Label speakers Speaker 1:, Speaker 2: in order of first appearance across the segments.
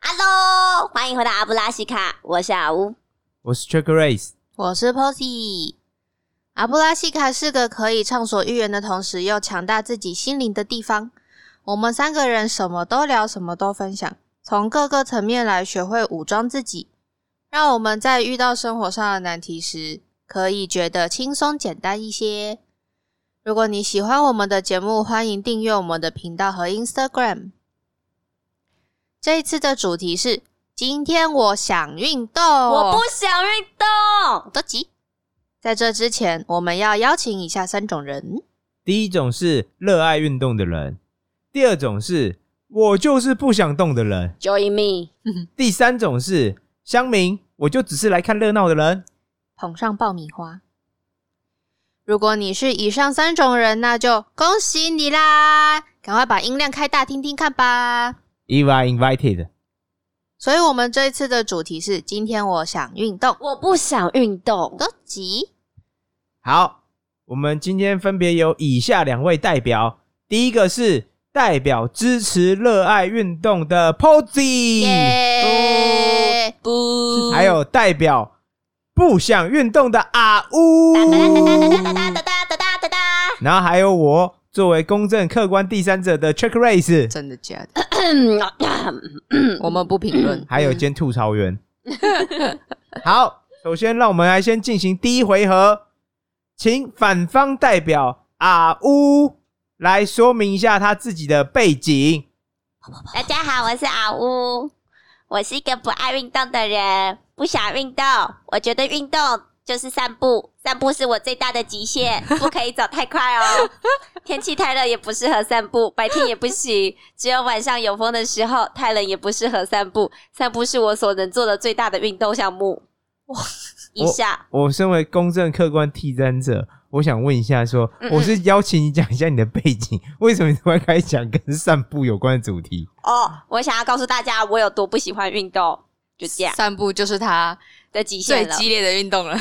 Speaker 1: Hello，欢迎回到阿布拉西卡，我是阿乌。
Speaker 2: 我是 Check Race，
Speaker 3: 我是 Posy。阿布拉西卡是个可以畅所欲言的同时又强大自己心灵的地方。我们三个人什么都聊，什么都分享，从各个层面来学会武装自己，让我们在遇到生活上的难题时，可以觉得轻松简单一些。如果你喜欢我们的节目，欢迎订阅我们的频道和 Instagram。这一次的主题是：今天我想运动，
Speaker 1: 我不想运动，
Speaker 3: 多吉。在这之前，我们要邀请以下三种人。
Speaker 2: 第一种是热爱运动的人，第二种是我就是不想动的人，
Speaker 1: Join me，
Speaker 2: 第三种是乡民，我就只是来看热闹的人。
Speaker 3: 捧上爆米花。如果你是以上三种人，那就恭喜你啦！赶快把音量开大，听听看吧。
Speaker 2: Eva invited，
Speaker 3: 所以，我们这一次的主题是：今天我想运动。
Speaker 1: 我不想运动。
Speaker 3: 多吉，
Speaker 2: 好，我们今天分别有以下两位代表，第一个是代表支持热爱运动的 Posy，
Speaker 3: 耶！
Speaker 1: 哦不
Speaker 2: 还有代表不想运动的阿乌，
Speaker 1: 哒哒哒哒哒哒哒 哒。
Speaker 2: 然后还有我作为公正客观第三者的 Check Race。
Speaker 3: 真的假的？
Speaker 1: 嗯
Speaker 3: 我们不评论。
Speaker 2: 还有兼吐槽员。好，首先让我们来先进行第一回合，请反方代表阿乌来说明一下他自己的背景。
Speaker 1: 大家好，我是阿乌，我是一个不爱运动的人，不想运动。我觉得运动就是散步，散步是我最大的极限，不可以走太快哦。天气太热也不适合散步，白天也不行，只有晚上有风的时候，太冷也不适合散步。散步是我所能做的最大的运动项目。哇，以下
Speaker 2: 我身为公正客观第三者，我想问一下说，
Speaker 1: 嗯嗯
Speaker 2: 我是邀请你讲一下你的背景，为什么你突然开始讲跟散步有关的主题？
Speaker 1: 哦，我想要告诉大家我有多不喜欢运动，就这样
Speaker 3: 散步就是他
Speaker 1: 的极限了。
Speaker 3: 烈的运动了。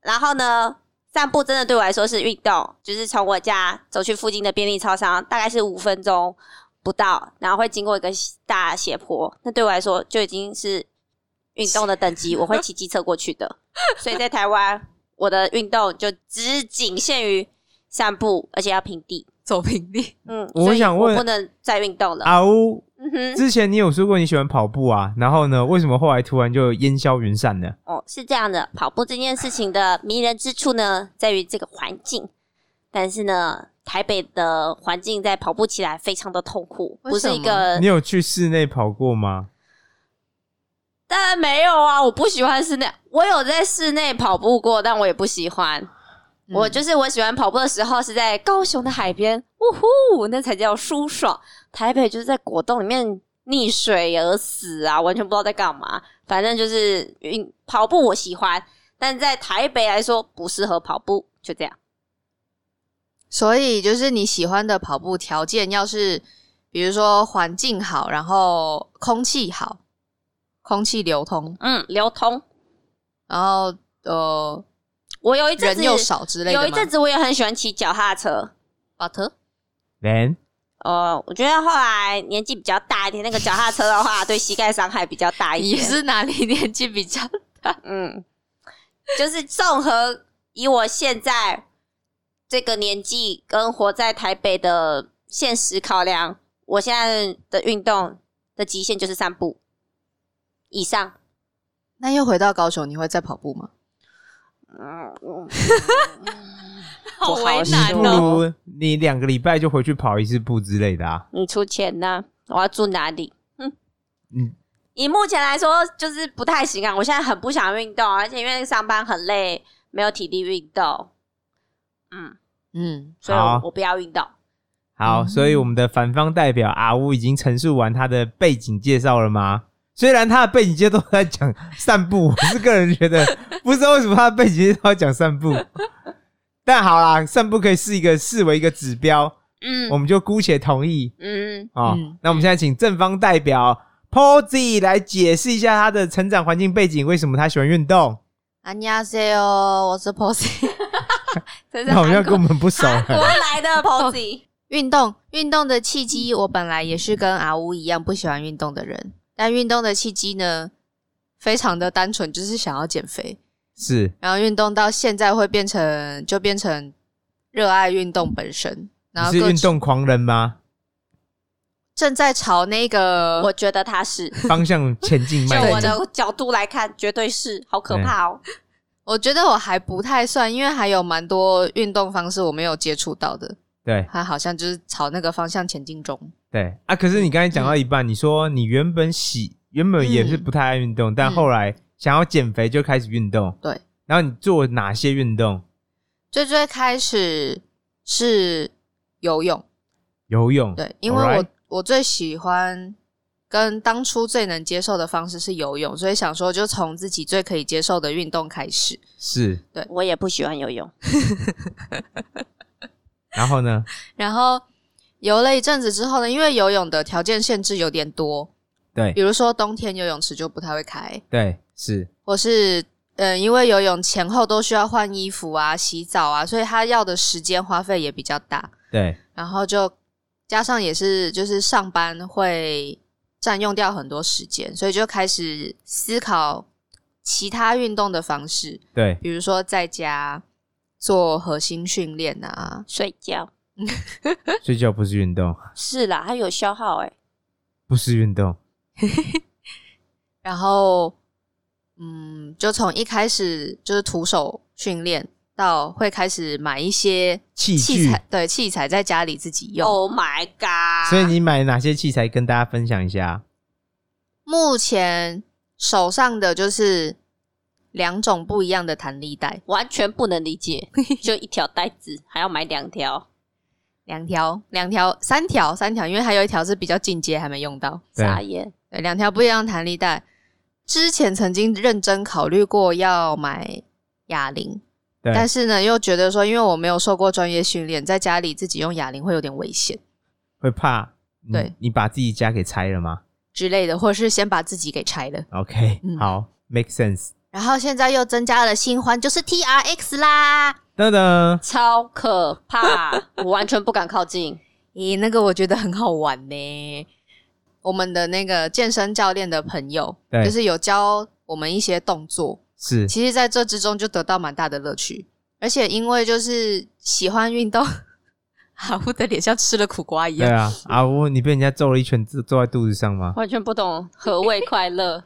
Speaker 1: 然后呢，散步真的对我来说是运动，就是从我家走去附近的便利超商，大概是五分钟不到，然后会经过一个大斜坡，那对我来说就已经是运动的等级，我会骑机车过去的。 所以在台湾，我的运动就只仅限于散步，而且要平地。
Speaker 3: 走平地，
Speaker 1: 嗯，
Speaker 2: 我
Speaker 1: 所以
Speaker 2: 想问啊
Speaker 1: 我不能再运动了。
Speaker 2: 阿乌，
Speaker 1: 嗯哼，
Speaker 2: 之前你有说过你喜欢跑步啊，然后呢，为什么后来突然就烟消云散呢？
Speaker 1: 哦，是这样的，跑步这件事情的迷人之处呢，在于这个环境。但是呢，台北的环境在跑步起来非常的痛苦，
Speaker 3: 为
Speaker 1: 不是
Speaker 3: 什
Speaker 1: 一个
Speaker 2: 你。有去室内跑过吗？
Speaker 1: 当然没有啊，我不喜欢室内。我有在室内跑步过，但我也不喜欢。
Speaker 3: 嗯
Speaker 1: 我就是我喜欢跑步的时候是在高雄的海边，呜呼，那才叫舒爽。台北就是在果冻里面溺水而死啊，完全不知道在干嘛。反正就是运跑步我喜欢，但在台北来说不适合跑步，就这样。
Speaker 3: 所以就是你喜欢的跑步条件，要是比如说环境好，然后空气好，空气流通，
Speaker 1: 嗯，流通。
Speaker 3: 然后呃
Speaker 1: 我有一阵
Speaker 3: 人
Speaker 1: 子
Speaker 3: 又少之类的
Speaker 1: 有一阵
Speaker 3: 子
Speaker 1: 子我也很喜欢骑脚踏车，
Speaker 3: 巴特，
Speaker 2: 人
Speaker 1: 呃，我觉得后来年纪比较大一点，那个脚踏车的话对膝盖伤害比较大一
Speaker 3: 你
Speaker 1: 点。
Speaker 3: 是哪里年纪比较？
Speaker 1: 嗯，就是综合以我现在这个年纪跟活在台北的现实考量，我现在的运动的极限就是散步以上。
Speaker 3: 那又回到高雄，你会再跑步吗？
Speaker 1: 嗯，嗯
Speaker 3: 好
Speaker 1: 不
Speaker 3: 为
Speaker 2: 你
Speaker 3: 难
Speaker 2: 不
Speaker 3: 哦
Speaker 2: 如你两个礼拜就回去跑一次步之类的啊。
Speaker 1: 你出钱呢、我要住哪里？
Speaker 2: 嗯，
Speaker 1: 以目前来说，就是不太行啊。我现在很不想运动，啊而且因为上班很累，没有体力运动。嗯，
Speaker 3: 嗯，
Speaker 1: 所以
Speaker 2: 好
Speaker 1: 我我不要运动。
Speaker 2: 好，
Speaker 3: 嗯
Speaker 2: 所以我们的反方代表阿乌已经陈述完他的背景介绍了吗？虽然他的背景介绍都在讲散步， 我是个人觉得不知道为什么他的背景介绍要讲散步，但好啦，散步可以是一个视为一个指标，
Speaker 1: 嗯
Speaker 2: 我们就姑且同意
Speaker 1: 嗯，
Speaker 2: 啊。
Speaker 3: 嗯
Speaker 2: 那我们现在请正方代表 Posy 来解释一下他的成长环境背景，为什么他喜欢运动？
Speaker 3: 안녕하세요，我是 Posy。
Speaker 1: 真是
Speaker 2: 那好
Speaker 1: 韩
Speaker 2: 像
Speaker 1: 国
Speaker 2: 跟我们不熟、
Speaker 1: 韩
Speaker 2: 欸
Speaker 1: 国。来的 Posy。
Speaker 3: 运动，运动的契机，我本来也是跟阿乌一样不喜欢运动的人，但运动的契机呢，非常的单纯，就是想要减肥。
Speaker 2: 是
Speaker 3: 然后运动到现在会变成，就变成热爱运动本身，然后
Speaker 2: 你是
Speaker 3: 各
Speaker 2: 运动狂人 吗？
Speaker 3: 正在朝那个
Speaker 1: 我觉得他 是，
Speaker 2: 方向前进
Speaker 1: 就
Speaker 2: 迈
Speaker 1: 我
Speaker 2: 进，
Speaker 1: 的角度来看，绝对是，好可怕哦！
Speaker 3: 我觉得我还不太算，因为还有蛮多运动方式我没有接触到的，
Speaker 2: 对
Speaker 3: 它好像就是朝那个方向前进中。
Speaker 2: 对啊。可是你刚才讲
Speaker 3: 嗯
Speaker 2: 到一半，你说你原本喜原本也是不太爱运动，但后来想要减肥就开始运动。
Speaker 3: 嗯对，
Speaker 2: 然后你做哪些运动？
Speaker 3: 最最开始是游泳，
Speaker 2: 游泳。
Speaker 3: 对，因为我
Speaker 2: Alright
Speaker 3: 我最喜欢跟当初最能接受的方式是游泳，所以想说就从自己最可以接受的运动开始。
Speaker 2: 是，
Speaker 1: 我也不喜欢游泳，
Speaker 2: 然后呢？
Speaker 3: 然后游了一阵子之后呢，因为游泳的条件限制有点多，
Speaker 2: 对
Speaker 3: 比如说冬天游泳池就不太会开，
Speaker 2: 对是，
Speaker 3: 或是嗯，因为游泳前后都需要换衣服啊、洗澡啊，所以他要的时间花费也比较大。
Speaker 2: 对
Speaker 3: 然后就加上也是就是上班会占用掉很多时间，所以就开始思考其他运动的方式，
Speaker 2: 对
Speaker 3: 比如说在家做核心训练啊，
Speaker 1: 睡觉
Speaker 2: 睡觉不是运动，
Speaker 1: 是啦，它有消耗哎、
Speaker 2: 不是运动。
Speaker 3: 然后，嗯，就从一开始就是徒手训练，到会开始买一些
Speaker 2: 器
Speaker 3: 器
Speaker 2: 具
Speaker 3: 材，对器材在家里自己用。
Speaker 1: Oh my god！
Speaker 2: 所以你买哪些器材跟大家分享一下？
Speaker 3: 目前手上的就是两种不一样的弹力带，
Speaker 1: 完全不能理 解，就一条带子还要买两条，
Speaker 3: 两条、两条、三条、三条，因为还有一条是比较进阶还没用到。
Speaker 2: 对
Speaker 1: 傻眼。
Speaker 3: 对，两条不一样的弹力带。之前曾经认真考虑过要买哑铃，
Speaker 2: 对，
Speaker 3: 但是呢，又觉得说，因为我没有受过专业训练，在家里自己用哑铃会有点危险
Speaker 2: 会怕你
Speaker 3: 对
Speaker 2: 你把自己家给拆了吗
Speaker 3: 之类的，或是先把自己给拆了。
Speaker 2: ？OK，、
Speaker 3: 嗯
Speaker 2: 好，make sense。
Speaker 3: 然后现在又增加了新欢，就是 T R X 啦。
Speaker 2: 噔噔，
Speaker 1: 超可怕， 我完全不敢靠近。
Speaker 3: 咦，那个我觉得很好玩呢、我们的那个健身教练的朋友，
Speaker 2: 对
Speaker 3: 就是有教我们一些动作，
Speaker 2: 是
Speaker 3: 其实在这之中就得到蛮大的乐趣。而且因为就是喜欢运动， 哈呼的脸像吃了苦瓜一
Speaker 2: 对
Speaker 3: 样。
Speaker 2: 啊，阿乌，你被人家揍了一拳，坐坐在肚子上吗？
Speaker 1: 完全不懂何谓快乐。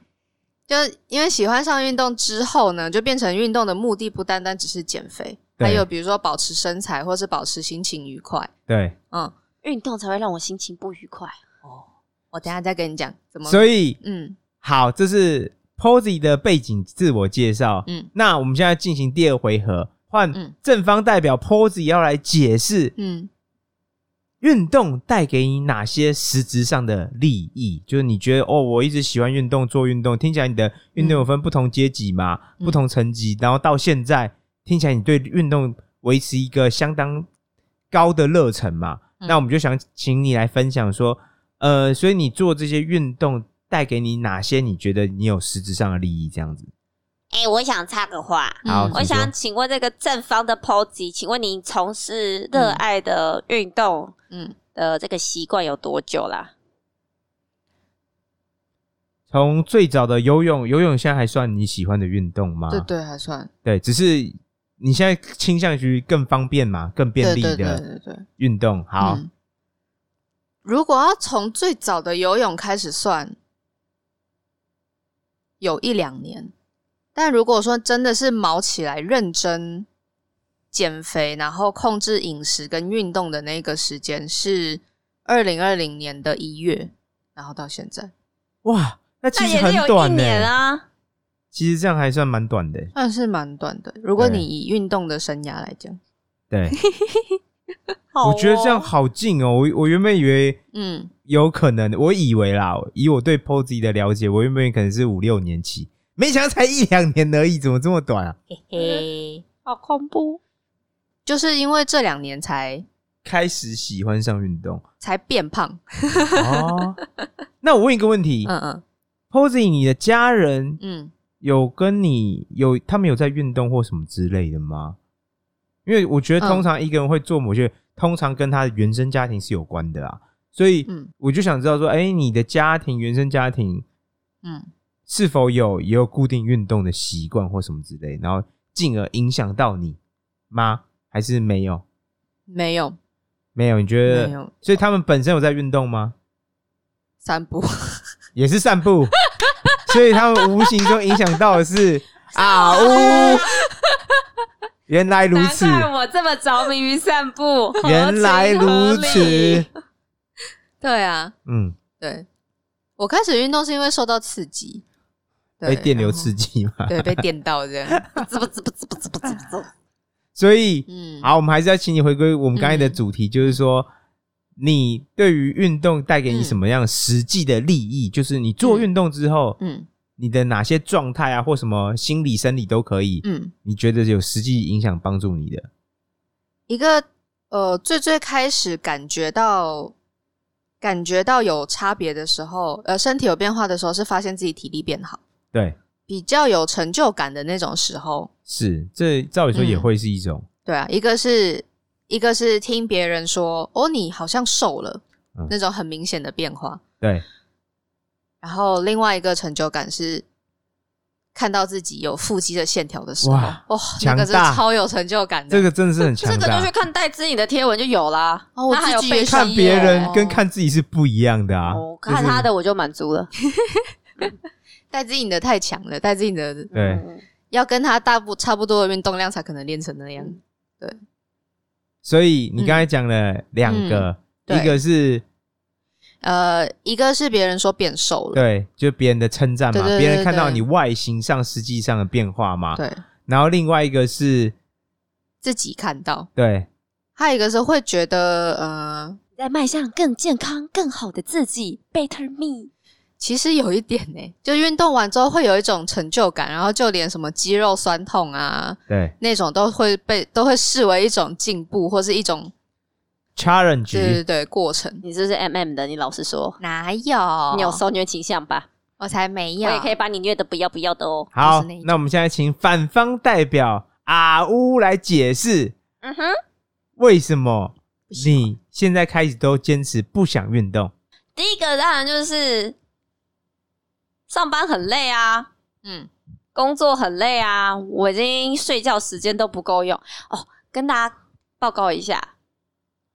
Speaker 3: 就因为喜欢上运动之后呢，就变成运动的目的不单单只是减肥，
Speaker 2: 对
Speaker 3: 还有比如说保持身材，或是保持心情愉快。
Speaker 2: 对，
Speaker 3: 嗯，
Speaker 1: 运动才会让我心情不愉快。
Speaker 3: 我等一下再跟你讲怎么。
Speaker 2: 所以
Speaker 3: 嗯，
Speaker 2: 好，这是 Posy 的背景自我介绍。
Speaker 3: 嗯
Speaker 2: 那我们现在进行第二回合，换
Speaker 3: 嗯
Speaker 2: 正方代表 Posy 要来解释
Speaker 3: 嗯
Speaker 2: 运动带给你哪些实质上的利益？就是你觉得哦，我一直喜欢运动，做运动，听起来你的运动有分不同阶级嘛，
Speaker 3: 嗯
Speaker 2: 不同层级，然后到现在听起来你对运动维持一个相当高的热忱嘛。
Speaker 3: 嗯
Speaker 2: 那我们就想请你来分享说，呃，所以你做这些运动带给你哪些你觉得你有实质上的利益？这样子，
Speaker 1: 哎、我想插个话，
Speaker 2: 好
Speaker 3: 嗯
Speaker 1: 我想请问这个正方的 POZ，请问你从事热爱的运动
Speaker 3: 嗯，
Speaker 1: 的这个习惯有多久啦？
Speaker 2: 从最早的游泳，游泳现在还算你喜欢的运动吗？
Speaker 3: 对对，还算
Speaker 2: 对，只是你现在倾向于更方便嘛，更便利
Speaker 3: 对对对
Speaker 2: 的
Speaker 3: 对对。
Speaker 2: 运动。好，
Speaker 3: 嗯如果要从最早的游泳开始算，有一两年。但如果说真的是毛起来认真减肥，然后控制饮食跟运动的那个时间是二零二零年的一月，然后到现在，
Speaker 2: 哇，那其
Speaker 1: 那
Speaker 2: 实
Speaker 1: 也是
Speaker 2: 很
Speaker 1: 有一
Speaker 2: 短呢、
Speaker 1: 年啊。
Speaker 2: 其实这样还算蛮短的。
Speaker 3: 算是蛮短的。如果
Speaker 2: 对
Speaker 3: 你以运动的生涯来讲，
Speaker 2: 对，
Speaker 1: 好
Speaker 2: 我觉得这样
Speaker 1: 哦
Speaker 2: 好近哦。我我原本以为
Speaker 3: 嗯，
Speaker 2: 有可能，我以为啦，以我对 Posy 的了解，我原本可能是五六年起，没想到才一两年而已，怎么这么短啊？
Speaker 3: 嘿
Speaker 1: 嘿，好恐怖。
Speaker 3: 就是因为这两年才
Speaker 2: 开始喜欢上 运动
Speaker 3: 才变胖。
Speaker 2: 哦。那我问一个问题、
Speaker 3: 嗯嗯
Speaker 2: p o s y 你的家人
Speaker 3: 嗯。
Speaker 2: 有跟你有他们有在运动或什么之类的吗？因为我觉
Speaker 3: 嗯
Speaker 2: 得通常一个人会做某些，通常跟他的原生家庭是有关的啊，所以
Speaker 3: 嗯
Speaker 2: 我就想知道说，哎、你的家庭原生家庭
Speaker 3: 嗯，
Speaker 2: 是否有也有固定运动的习惯或什么之类，然后进而影响到你吗？还是没有？
Speaker 3: 没有
Speaker 2: 没有？你觉
Speaker 3: 没
Speaker 2: 得
Speaker 3: 有？
Speaker 2: 所以他们本身有在运动吗？
Speaker 3: 散步，
Speaker 2: 也是散步， 所以他们无形中影响到的是啊呜，原来如此，
Speaker 1: 难怪我这么着迷于散步，
Speaker 2: 原来如
Speaker 1: 合情合理
Speaker 2: 此。，
Speaker 3: 对啊，
Speaker 2: 嗯，
Speaker 3: 对，我开始运动是因为受到刺激，对
Speaker 2: 被电流刺
Speaker 3: 激，
Speaker 2: 激嘛，
Speaker 3: 对，被电到这样，
Speaker 1: 滋不滋不滋不滋不滋不滋。
Speaker 2: 所以
Speaker 3: 嗯，
Speaker 2: 好，我们还是要请你回归我们刚才的主题，就是说，你对于运动带给你什么样实际的利益？就是你做运动之后，
Speaker 3: 嗯
Speaker 2: 你的哪些状态啊，或什么心理、生理都可以，
Speaker 3: 嗯，
Speaker 2: 你觉得有实际影响帮助你的？
Speaker 3: 一个呃，最最开始感觉到感觉到有差别的时候，呃，身体有变化的时候，是发现自己体力变好，
Speaker 2: 对，
Speaker 3: 比较有成就感的那种时候。
Speaker 2: 是这照理说也会是一种，
Speaker 3: 对啊，一个是一个是听别人说，哦，你好像瘦了，
Speaker 2: 嗯
Speaker 3: 那种很明显的变化。
Speaker 2: 对，
Speaker 3: 然后另外一个成就感是看到自己有腹肌的线条的时候，哇
Speaker 2: 哇，
Speaker 3: 那个
Speaker 2: 强
Speaker 3: 是
Speaker 2: 大
Speaker 3: 超有成就感的。
Speaker 2: 这个真的是很强
Speaker 1: 这个就
Speaker 2: 大
Speaker 1: 去。看戴资颖的贴文就有啦。
Speaker 3: 哦我
Speaker 1: 他还有
Speaker 3: 自己也
Speaker 1: 背
Speaker 3: 是
Speaker 1: 身
Speaker 2: 看
Speaker 1: 耶
Speaker 2: 别人
Speaker 3: 哦
Speaker 2: 跟看自己是不一样的啊，
Speaker 1: 哦，
Speaker 2: 就是
Speaker 1: 看他的我就满足了。
Speaker 3: 戴资颖的太强了，戴资颖的
Speaker 2: 对，
Speaker 1: 嗯
Speaker 3: 要跟他大不差不多的运动量才可能练成那样。
Speaker 2: 所以你刚才讲了两个，
Speaker 3: 嗯
Speaker 2: 一个是嗯
Speaker 3: 呃，一个是别人说变瘦了，
Speaker 2: 对，就别人的称赞嘛
Speaker 3: 对，对对
Speaker 2: 别人看到
Speaker 3: 对
Speaker 2: 你外形上实际上的变化嘛，
Speaker 3: 对
Speaker 2: 然后另外一个是
Speaker 3: 自己看到，
Speaker 2: 对
Speaker 3: 还有一个是会觉得呃，
Speaker 1: 在迈向更健康、更好的自己，Better Me。
Speaker 3: 其实有一点呢、 就运动完之后会有一种成就感，然后就连什么肌肉酸痛啊
Speaker 2: 对
Speaker 3: 那种都会被都会视为一种进步或是一种
Speaker 2: challenge，
Speaker 3: 对对对过程。
Speaker 1: 你是不是 MM 的？你老实说，
Speaker 3: 哪有？
Speaker 1: 你有受虐倾向吧？
Speaker 3: 我才没
Speaker 1: 我
Speaker 3: 有。
Speaker 1: 也可以把你虐的不要不要的哦。
Speaker 2: 好
Speaker 3: 就是那一，种
Speaker 2: 那我们现在请反方代表阿乌来解释
Speaker 1: 嗯哼，
Speaker 2: 为什么你现在开始都坚持不想运动。
Speaker 1: 第一个当然就是上班很累啊，
Speaker 3: 嗯，
Speaker 1: 工作很累啊，我已经睡觉时间都不够用哦。跟大家报告一下，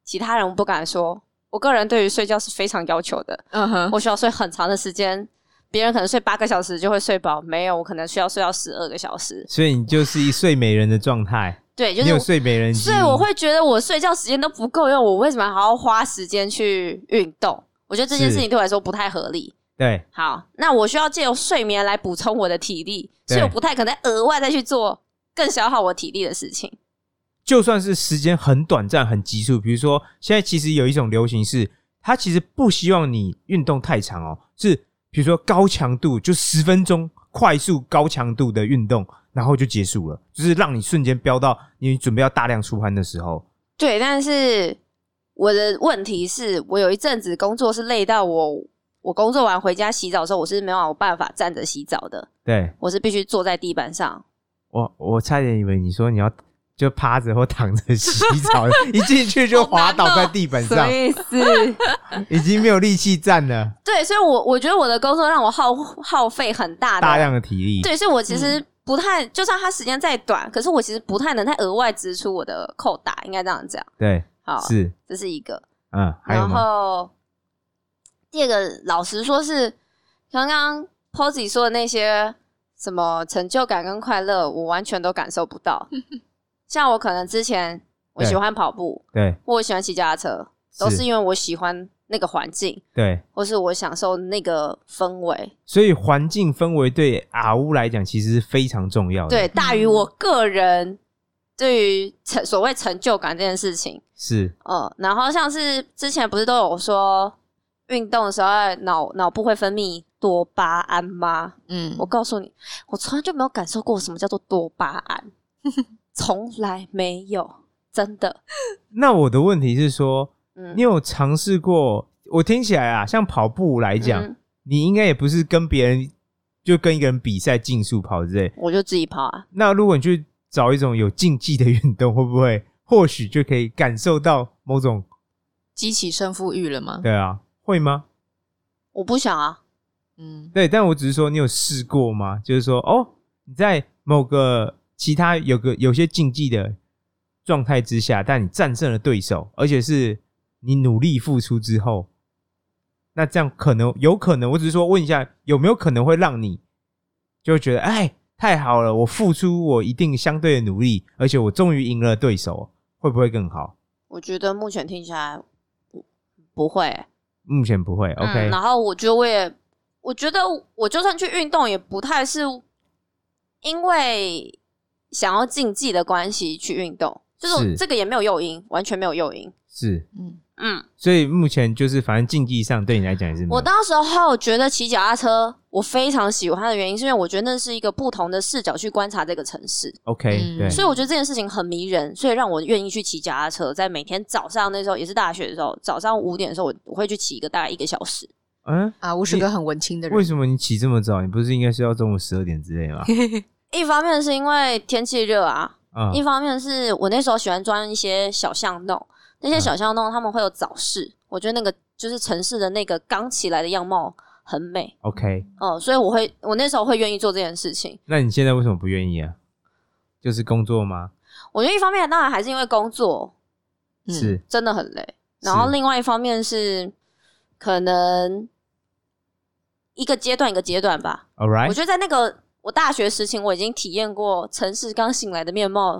Speaker 1: 其他人我不敢说，我个人对于睡觉是非常要求的。
Speaker 3: 嗯哼，
Speaker 1: 我需要睡很长的时间，别人可能睡八个小时就会睡饱，没有，我可能需要睡到十二个小时。
Speaker 2: 所以你就是一睡美人的状态，
Speaker 1: 对，就
Speaker 2: 你
Speaker 1: 是
Speaker 2: 有
Speaker 1: 我，
Speaker 2: 睡美人基
Speaker 1: 所
Speaker 2: 因
Speaker 1: 以我会觉得我睡觉时间都不够用，我为什么还要花时间去运动？我觉得这件
Speaker 2: 是
Speaker 1: 事情对我来说不太合理。
Speaker 2: 对
Speaker 1: 好，那我需要借由睡眠来补充我的体力，
Speaker 2: 对
Speaker 1: 所以我不太可能额外再去做更消耗我体力的事情。
Speaker 2: 就算是时间很短暂、很急促，比如说现在其实有一种流行是，它其实不希望你运动太长哦，是比如说高强度，就十分钟快速高强度的运动，然后就结束了，就是让你瞬间飙到你准备要大量出汗的时候。
Speaker 1: 对，但是我的问题是我有一阵子工作是累到我，我工作完回家洗澡的时候，我是没有办法站着洗澡的。
Speaker 2: 对
Speaker 1: 我是必须坐在地板上。
Speaker 2: 我，我差点以为你说你要就趴着或躺着 洗澡，一进去就滑倒
Speaker 1: 哦
Speaker 2: 在地板上，
Speaker 1: 意思？
Speaker 2: 已经没有力气站了，
Speaker 1: 对，所以我我觉得我的工作让我耗耗费很大的
Speaker 2: 大量的体力。
Speaker 1: 对，所以我其实
Speaker 2: 嗯
Speaker 1: 不太，就算它时间再短，可是我其实不太能再额外支出我的扣打，应该这样讲。
Speaker 2: 对，
Speaker 1: 好，
Speaker 2: 是，
Speaker 1: 这是一个。
Speaker 2: 嗯，还有
Speaker 1: 然
Speaker 2: 吗？
Speaker 1: 后第二个，老实说是刚刚 Posy 说的那些什么成就感跟快乐，我完全都感受不 到。像我可能之前我
Speaker 2: 对
Speaker 1: 喜欢跑步，
Speaker 2: 对
Speaker 1: 或我喜欢骑脚踏车，都
Speaker 2: 是
Speaker 1: 是因为我喜欢那个环境，
Speaker 2: 对。
Speaker 1: 或是我享受那个氛围，
Speaker 2: 所以环境氛围对阿乌来讲其实是非常重要的。
Speaker 1: 对，，大于我个人对于成所谓成就感这件事情。
Speaker 2: 是，
Speaker 1: 嗯，然后像是之前不是都有说，运动的时候脑脑部会分泌多巴胺吗？
Speaker 3: 嗯，
Speaker 1: 我告诉你，我从来就没有感受过什么叫做多巴 胺，从来没有，真的。
Speaker 2: 那我的问题是说，
Speaker 1: 嗯
Speaker 2: 你有尝试过？我听起来啊，像跑步来讲，
Speaker 1: 嗯
Speaker 2: 你应该也不是跟别人就跟一个人比赛竞速跑之类。
Speaker 1: 我就自己跑啊，
Speaker 2: 那如果你去找一种有竞技的运动，会不会或许就可以感受到某种？
Speaker 3: 激起胜负欲了吗？
Speaker 2: 对啊，会吗？
Speaker 1: 我不想啊，
Speaker 3: 嗯
Speaker 2: 对，但我只是说，你有试过吗？就是说，哦，你在某个其他有个有些竞技的状态之下，但你战胜了对手，而且是你努力付出之后，那这样可能有可能，我只是说问一下，有没有可能会让你就会觉得，哎，太好了，我付出我一定相对的努力，而且我终于赢了对手，会不会更好？
Speaker 1: 我觉得目前听起来不不会、
Speaker 2: 目前不会，OK，
Speaker 1: 嗯，然后我觉得我也，我觉得我就算去运动，也不太是因为想要竞技的关系去运动，就是
Speaker 2: 是
Speaker 1: 我这个也没有诱因，完全没有诱因。
Speaker 2: 是，
Speaker 3: 嗯，
Speaker 1: 嗯，
Speaker 2: 所以目前就是反正竞技上对你来讲也是没有
Speaker 1: 我当时候觉得骑脚踏车我非常喜欢的原因，是因为我觉得那是一个不同的视角去观察这个城市，
Speaker 2: OK，、
Speaker 3: 嗯
Speaker 2: 对，
Speaker 1: 所以我觉得这件事情很迷人，所以让我愿意去骑脚踏车。在每天早上那时候也是大学的时候，早上五点的时候我我会去骑一个大概一个小时，
Speaker 2: 嗯。
Speaker 3: 啊，我是个很文青的
Speaker 2: 为
Speaker 3: 人，
Speaker 2: 什么你起这么早？你不是应该是要中午十二点之类吗？
Speaker 3: 嗯
Speaker 1: 一方面是因为天气热啊，
Speaker 2: 啊、
Speaker 1: 一方面是我那时候喜欢钻一些小巷弄，那些小巷弄他们会有早市，我觉得那个就是城市的那个刚起来的样貌很美
Speaker 2: o k
Speaker 1: 哦、所以我会我那时候会愿意做这件事情。
Speaker 2: 那你现在为什么不愿意啊？就是工作吗？
Speaker 1: 我觉得一方面当然还是因为工作
Speaker 3: 嗯
Speaker 2: 是
Speaker 1: 真的很累，
Speaker 2: 是
Speaker 1: 然后另外一方面是可能一个阶段一个阶段吧。
Speaker 2: ，All
Speaker 1: 我
Speaker 2: right，
Speaker 1: 觉得在那个我大学时期，我已经体验过城市刚醒来的面貌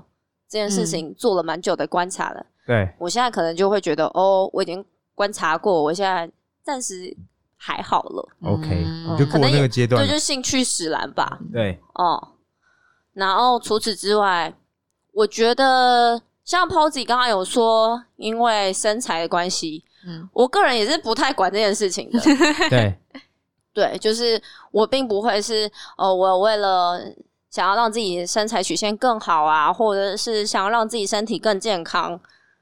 Speaker 1: 这件事情，做了蛮久的观察了。
Speaker 2: 对，
Speaker 1: 我现在可能就会觉得，哦，我已经观察过，我现在暂时还好了，
Speaker 2: OK，、
Speaker 3: 嗯
Speaker 2: 你就过了那个阶段
Speaker 1: 对，
Speaker 2: 了
Speaker 1: 就兴趣使然吧，
Speaker 2: 对，
Speaker 1: 哦。然后除此之外，我觉得像 Posy 刚刚有说，因为身材的关系，
Speaker 3: 嗯
Speaker 1: 我个人也是不太管这件事情的，
Speaker 2: 对，
Speaker 1: 对，就是我并不会是哦，我为了想要让自己身材曲线更好啊，或者是想要让自己身体更健康，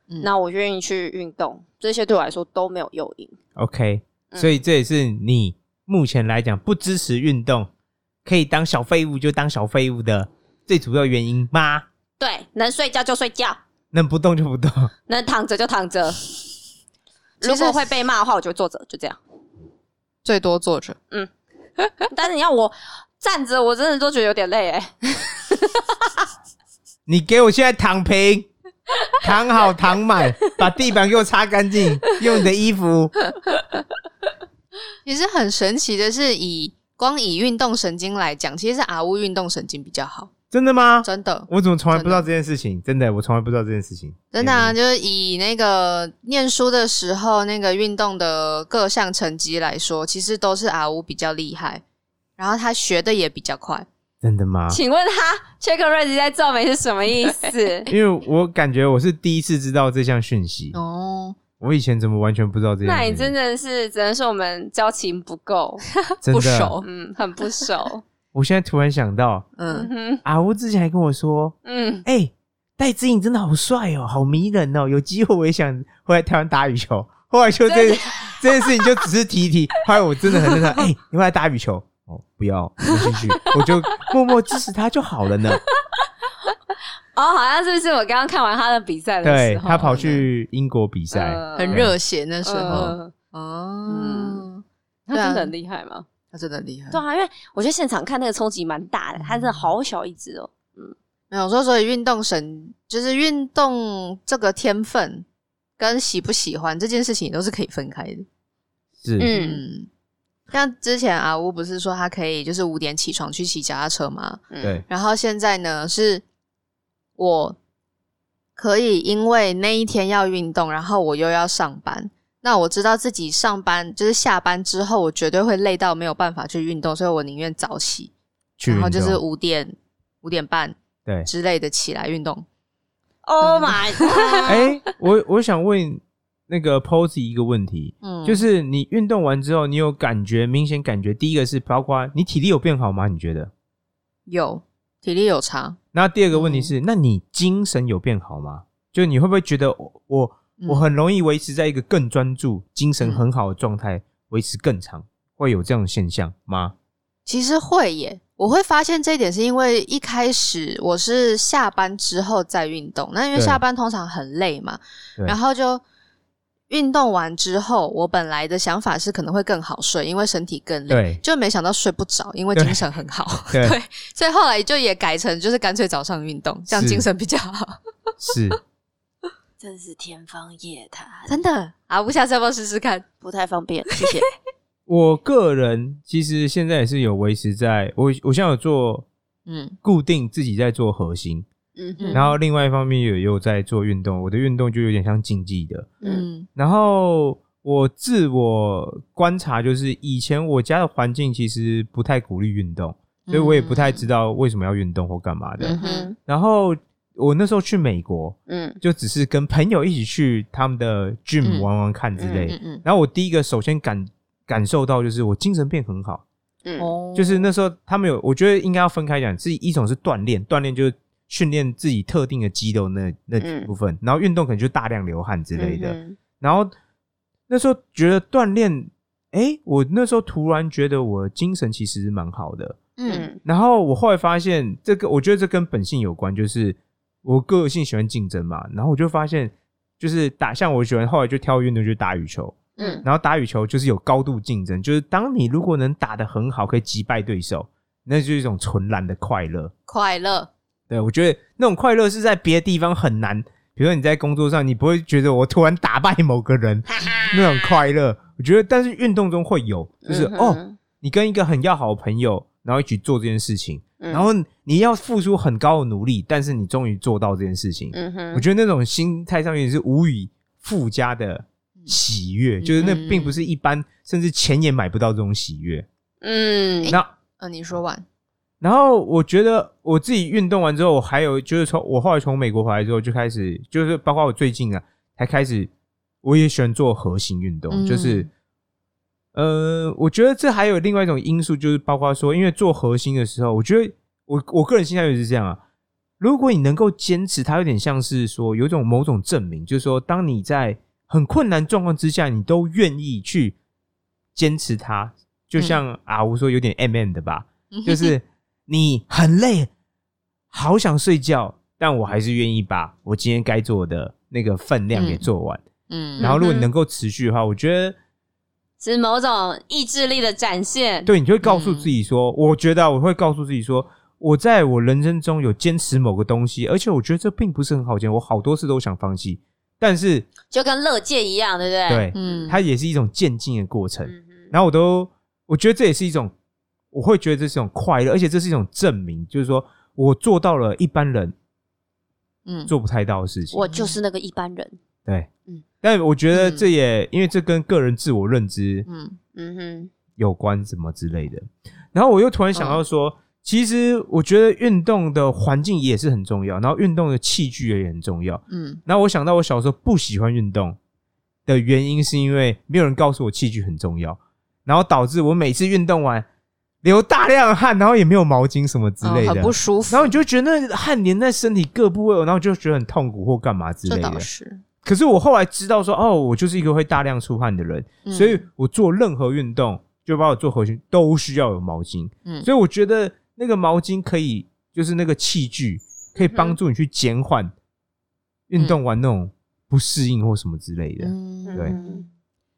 Speaker 3: 嗯
Speaker 1: 那我愿意去运动，这些对我来说都没有诱因。
Speaker 2: OK，、
Speaker 1: 嗯
Speaker 2: 所以这也是你目前来讲不支持运动，可以当小废物就当小废物的最主要原因吗？
Speaker 1: 对，能睡觉就睡觉，
Speaker 2: 能不动就 不动，
Speaker 1: 能躺着就躺 着。
Speaker 3: 实
Speaker 1: 如果会被骂的话，我就坐着，就这 样。
Speaker 3: 最多坐着，
Speaker 1: 但是你要我站着，我真的都觉得有点累哎、
Speaker 2: 你给我现在躺平，躺好躺 满，把地板给我擦干净，用你的衣服。
Speaker 3: 其实很神奇的是以，光以运动神经来讲，其实是阿乌运动神经比较好，
Speaker 2: 真的吗？
Speaker 3: 真的，
Speaker 2: 我怎么从来不知道这件事情？真的，我从来不知道这件事情。
Speaker 3: 真的、啊，就是以那个念书的时候那个运动的各项成绩来说，其实都是阿乌比较厉害，然后他学的也比较快，
Speaker 2: 真的吗？？
Speaker 1: 请问他 check raise 在皱眉是什么意 思
Speaker 2: 因为我感觉我是第一次知道这项讯息，
Speaker 3: 哦，
Speaker 2: 我以前怎么完全不知道这件事
Speaker 1: 那
Speaker 2: 情？
Speaker 1: 你真的是只能说我们交情不 够，
Speaker 2: 真的
Speaker 3: 不熟，
Speaker 1: 嗯，很不熟。
Speaker 2: 我现在突然想到，
Speaker 1: 嗯
Speaker 3: 嗯，
Speaker 1: 哼，
Speaker 2: 阿乌之前还跟我说
Speaker 1: 嗯：“，
Speaker 2: 哎、戴资颖真的好帅哦，好迷人哦，有机会我也想回来台湾打羽球。” 后来就这
Speaker 1: 真的
Speaker 2: 这件事情就只是提一提， 后来我真的很认真，哎、你回来打羽球哦，不要，没兴趣， 我就默默支持他就好了呢。
Speaker 1: 哦，好像是不是我刚刚看完他的比赛的
Speaker 2: 对
Speaker 1: 时候，
Speaker 2: 他跑去英国比赛，
Speaker 1: 呃
Speaker 3: 很热血那时候，
Speaker 1: 呃
Speaker 3: 哦
Speaker 1: 嗯，他
Speaker 3: 对啊
Speaker 1: 真的很厉害吗？
Speaker 3: 他真的厉害
Speaker 1: 对。啊，因为我觉得现场看那个冲击蛮大的，他真的好小一只哦。
Speaker 3: 没有说，所以运动神就是运动这个天分跟喜不喜欢这件事情都是可以分开的。
Speaker 2: 是，
Speaker 1: 嗯，
Speaker 3: 嗯，像之前阿乌不是说他可以就是五点起床去骑脚踏车吗？
Speaker 1: 嗯
Speaker 2: 对，。
Speaker 3: 然后现在呢是我可以因为那一天要运动，然后我又要上班。那我知道自己上班就是下班之后，我绝对会累到没有办法去运动，所以我宁愿早起，
Speaker 2: 去
Speaker 3: 然后
Speaker 2: 运
Speaker 3: 就
Speaker 2: 动
Speaker 3: 是五点、五点半
Speaker 2: 对，
Speaker 3: 之类的起来运动。
Speaker 1: Oh my god！
Speaker 2: 哎、我我想问那个 Posy 一个问题，
Speaker 3: 嗯，
Speaker 2: 就是你运动完之后，你有感觉明显感觉，第一个是包括你体力有变好吗？你觉得？
Speaker 3: 有体力有差，
Speaker 2: 然后第二个问
Speaker 3: 嗯
Speaker 2: 题是，那你精神有变好吗？就你会不会觉得我我
Speaker 3: 嗯
Speaker 2: 我很容易维持在一个更专注、精神很好的状态，维持更长，会有这样的现象吗？
Speaker 3: 其实会耶，我会发现这一点是因为一开始我是下班之后再运动，那因为
Speaker 2: 对
Speaker 3: 下班通常很累嘛，
Speaker 2: 对
Speaker 3: 然后就运动完之后，我本来的想法是可能会更好睡，因为身体更累，
Speaker 2: 对
Speaker 3: 就没想到睡不着，因为
Speaker 2: 对
Speaker 3: 精神很好。
Speaker 2: 对
Speaker 3: 对，所以后来就也改成就是干脆早上运动，这样
Speaker 2: 是
Speaker 3: 精神比较好。
Speaker 2: 是
Speaker 1: 真是天方夜谭，
Speaker 3: 真的啊，不下次要不要试试看？
Speaker 1: 不太方便，谢谢。
Speaker 2: 我个人其实现在也是有维持在，我我现在有做
Speaker 3: 嗯，
Speaker 2: 固定自己在做核心，
Speaker 1: 嗯
Speaker 3: 嗯
Speaker 1: 哼
Speaker 2: 然后另外一方面也有在做运动，我的运动就有点像竞技的，
Speaker 1: 嗯
Speaker 3: 嗯
Speaker 2: 然后我自我观察，就是以前我家的环境其实不太鼓励运动，
Speaker 3: 嗯
Speaker 2: 所以我也不太知道为什么要运动或干嘛的。
Speaker 1: 嗯哼
Speaker 2: 然后我那时候去美国，
Speaker 1: 嗯
Speaker 2: 就只是跟朋友一起去他们的 gym
Speaker 3: 嗯
Speaker 2: 玩玩看之类。
Speaker 3: 嗯嗯
Speaker 2: 然后我第一个首先感感受到就是我精神变很好，
Speaker 1: 嗯
Speaker 3: 嗯，哦
Speaker 2: 就是那时候他们有，我觉得应该要分开讲，是一种是锻炼，锻炼就是训练自己特定的肌肉那那
Speaker 1: 嗯
Speaker 2: 部分，然后运动可能就大量流汗之类的。
Speaker 1: 嗯
Speaker 2: 然后那时候觉得锻炼，诶，我那时候突然觉得我精神其实蛮好的。
Speaker 1: 哼
Speaker 3: 嗯
Speaker 2: 然后我后来发现，这个我觉得这跟本性有关，就是我个性喜欢竞争嘛。然后我就发现，就是打像我喜欢，后来就挑运动就是打羽球。
Speaker 1: 嗯
Speaker 3: 嗯
Speaker 2: 然后打羽球就是有高度竞争，就是当你如果能打得很好，可以击败对手，那就是一种纯然的快乐。
Speaker 3: 快乐，
Speaker 2: 对，我觉得那种快乐是在别的地方很难，比如说你在工作上，你不会觉得我突然打败某个 人那种快乐。我觉得，但是运动中会有，就是、
Speaker 1: 嗯
Speaker 2: 哦，
Speaker 1: 哼
Speaker 2: 你跟一个很要好的朋友，然后一起做这件事情，
Speaker 1: 嗯
Speaker 2: 然后你要付出很高的努力，但是你终于做到这件事情。
Speaker 1: 嗯哼，
Speaker 2: 我觉得那种心态上面是无以附加的喜悦，就是那
Speaker 3: 嗯
Speaker 2: 并不是一般，甚至钱也买不到这种喜悦。
Speaker 1: 嗯
Speaker 2: 那
Speaker 3: 嗯，你说完，
Speaker 2: 然后我觉得我自己运动完之后，我还有就是从我后来从美国回来之后就开始，就是包括我最近啊，才开始我也喜欢做核心运动，
Speaker 3: 嗯
Speaker 2: 就是呃，我觉得这还有另外一种因素，就是包括说，因为做核心的时候，我觉得我我个人心态也是这样啊。如果你能够坚持，它有点像是说有一种某种证明，就是说，当你在很困难状况之下，你都愿意去坚持它，就像阿吴说，有点 M、MM、M 的吧， 就是你很累，好想睡觉，但我还是愿意把我今天该做的那个分量给做完。
Speaker 3: 嗯，
Speaker 2: 然后，如果你能够持续的话，我觉得
Speaker 1: 是某种意志力的展现。
Speaker 2: 对，你就会告诉自己说，我觉得啊我会告诉自己说，我在我人生中有坚持某个东西，而且我觉得这并不是很好坚持，我好多次都想放弃，但是
Speaker 1: 就跟乐界一样，对不对？
Speaker 2: 对，
Speaker 3: 嗯，
Speaker 2: 它也是一种渐进的过程。
Speaker 1: 嗯哼，
Speaker 2: 然后我都我觉得这也是一种，我会觉得这是一种快乐，而且这是一种证明，就是说我做到了一般人
Speaker 3: 嗯
Speaker 2: 做不太到的事情。
Speaker 1: 我就是那个一般人。
Speaker 2: 对，
Speaker 1: 嗯
Speaker 2: 但我觉得这也、因为这跟个人自我认知
Speaker 3: 嗯
Speaker 1: 嗯哼，
Speaker 2: 有关，什么之类的。然后我又突然想到说，
Speaker 3: 哦
Speaker 2: 其实我觉得运动的环境也是很重要，然后运动的器具也很重要。
Speaker 3: 嗯
Speaker 2: 然后我想到我小时候不喜欢运动的原因，是因为没有人告诉我器具很重要，然后导致我每次运动完流大量的汗，然后也没有毛巾什么之类的，
Speaker 3: 哦很不舒服，
Speaker 2: 然后你就觉得那汗黏在身体各部位，然后就觉得很痛苦或干嘛之
Speaker 3: 这
Speaker 2: 类的
Speaker 3: 倒。是，
Speaker 2: 可是我后来知道说，哦，我就是一个会大量出汗的人，
Speaker 3: 嗯
Speaker 2: 所以我做任何运动，就把我做核心都需要有毛巾。
Speaker 3: 嗯
Speaker 2: 所以我觉得那个毛巾可以，就是那个器具可以帮助你去减缓运动完那种不适应或什么之类的。
Speaker 3: 嗯
Speaker 1: 对
Speaker 3: 嗯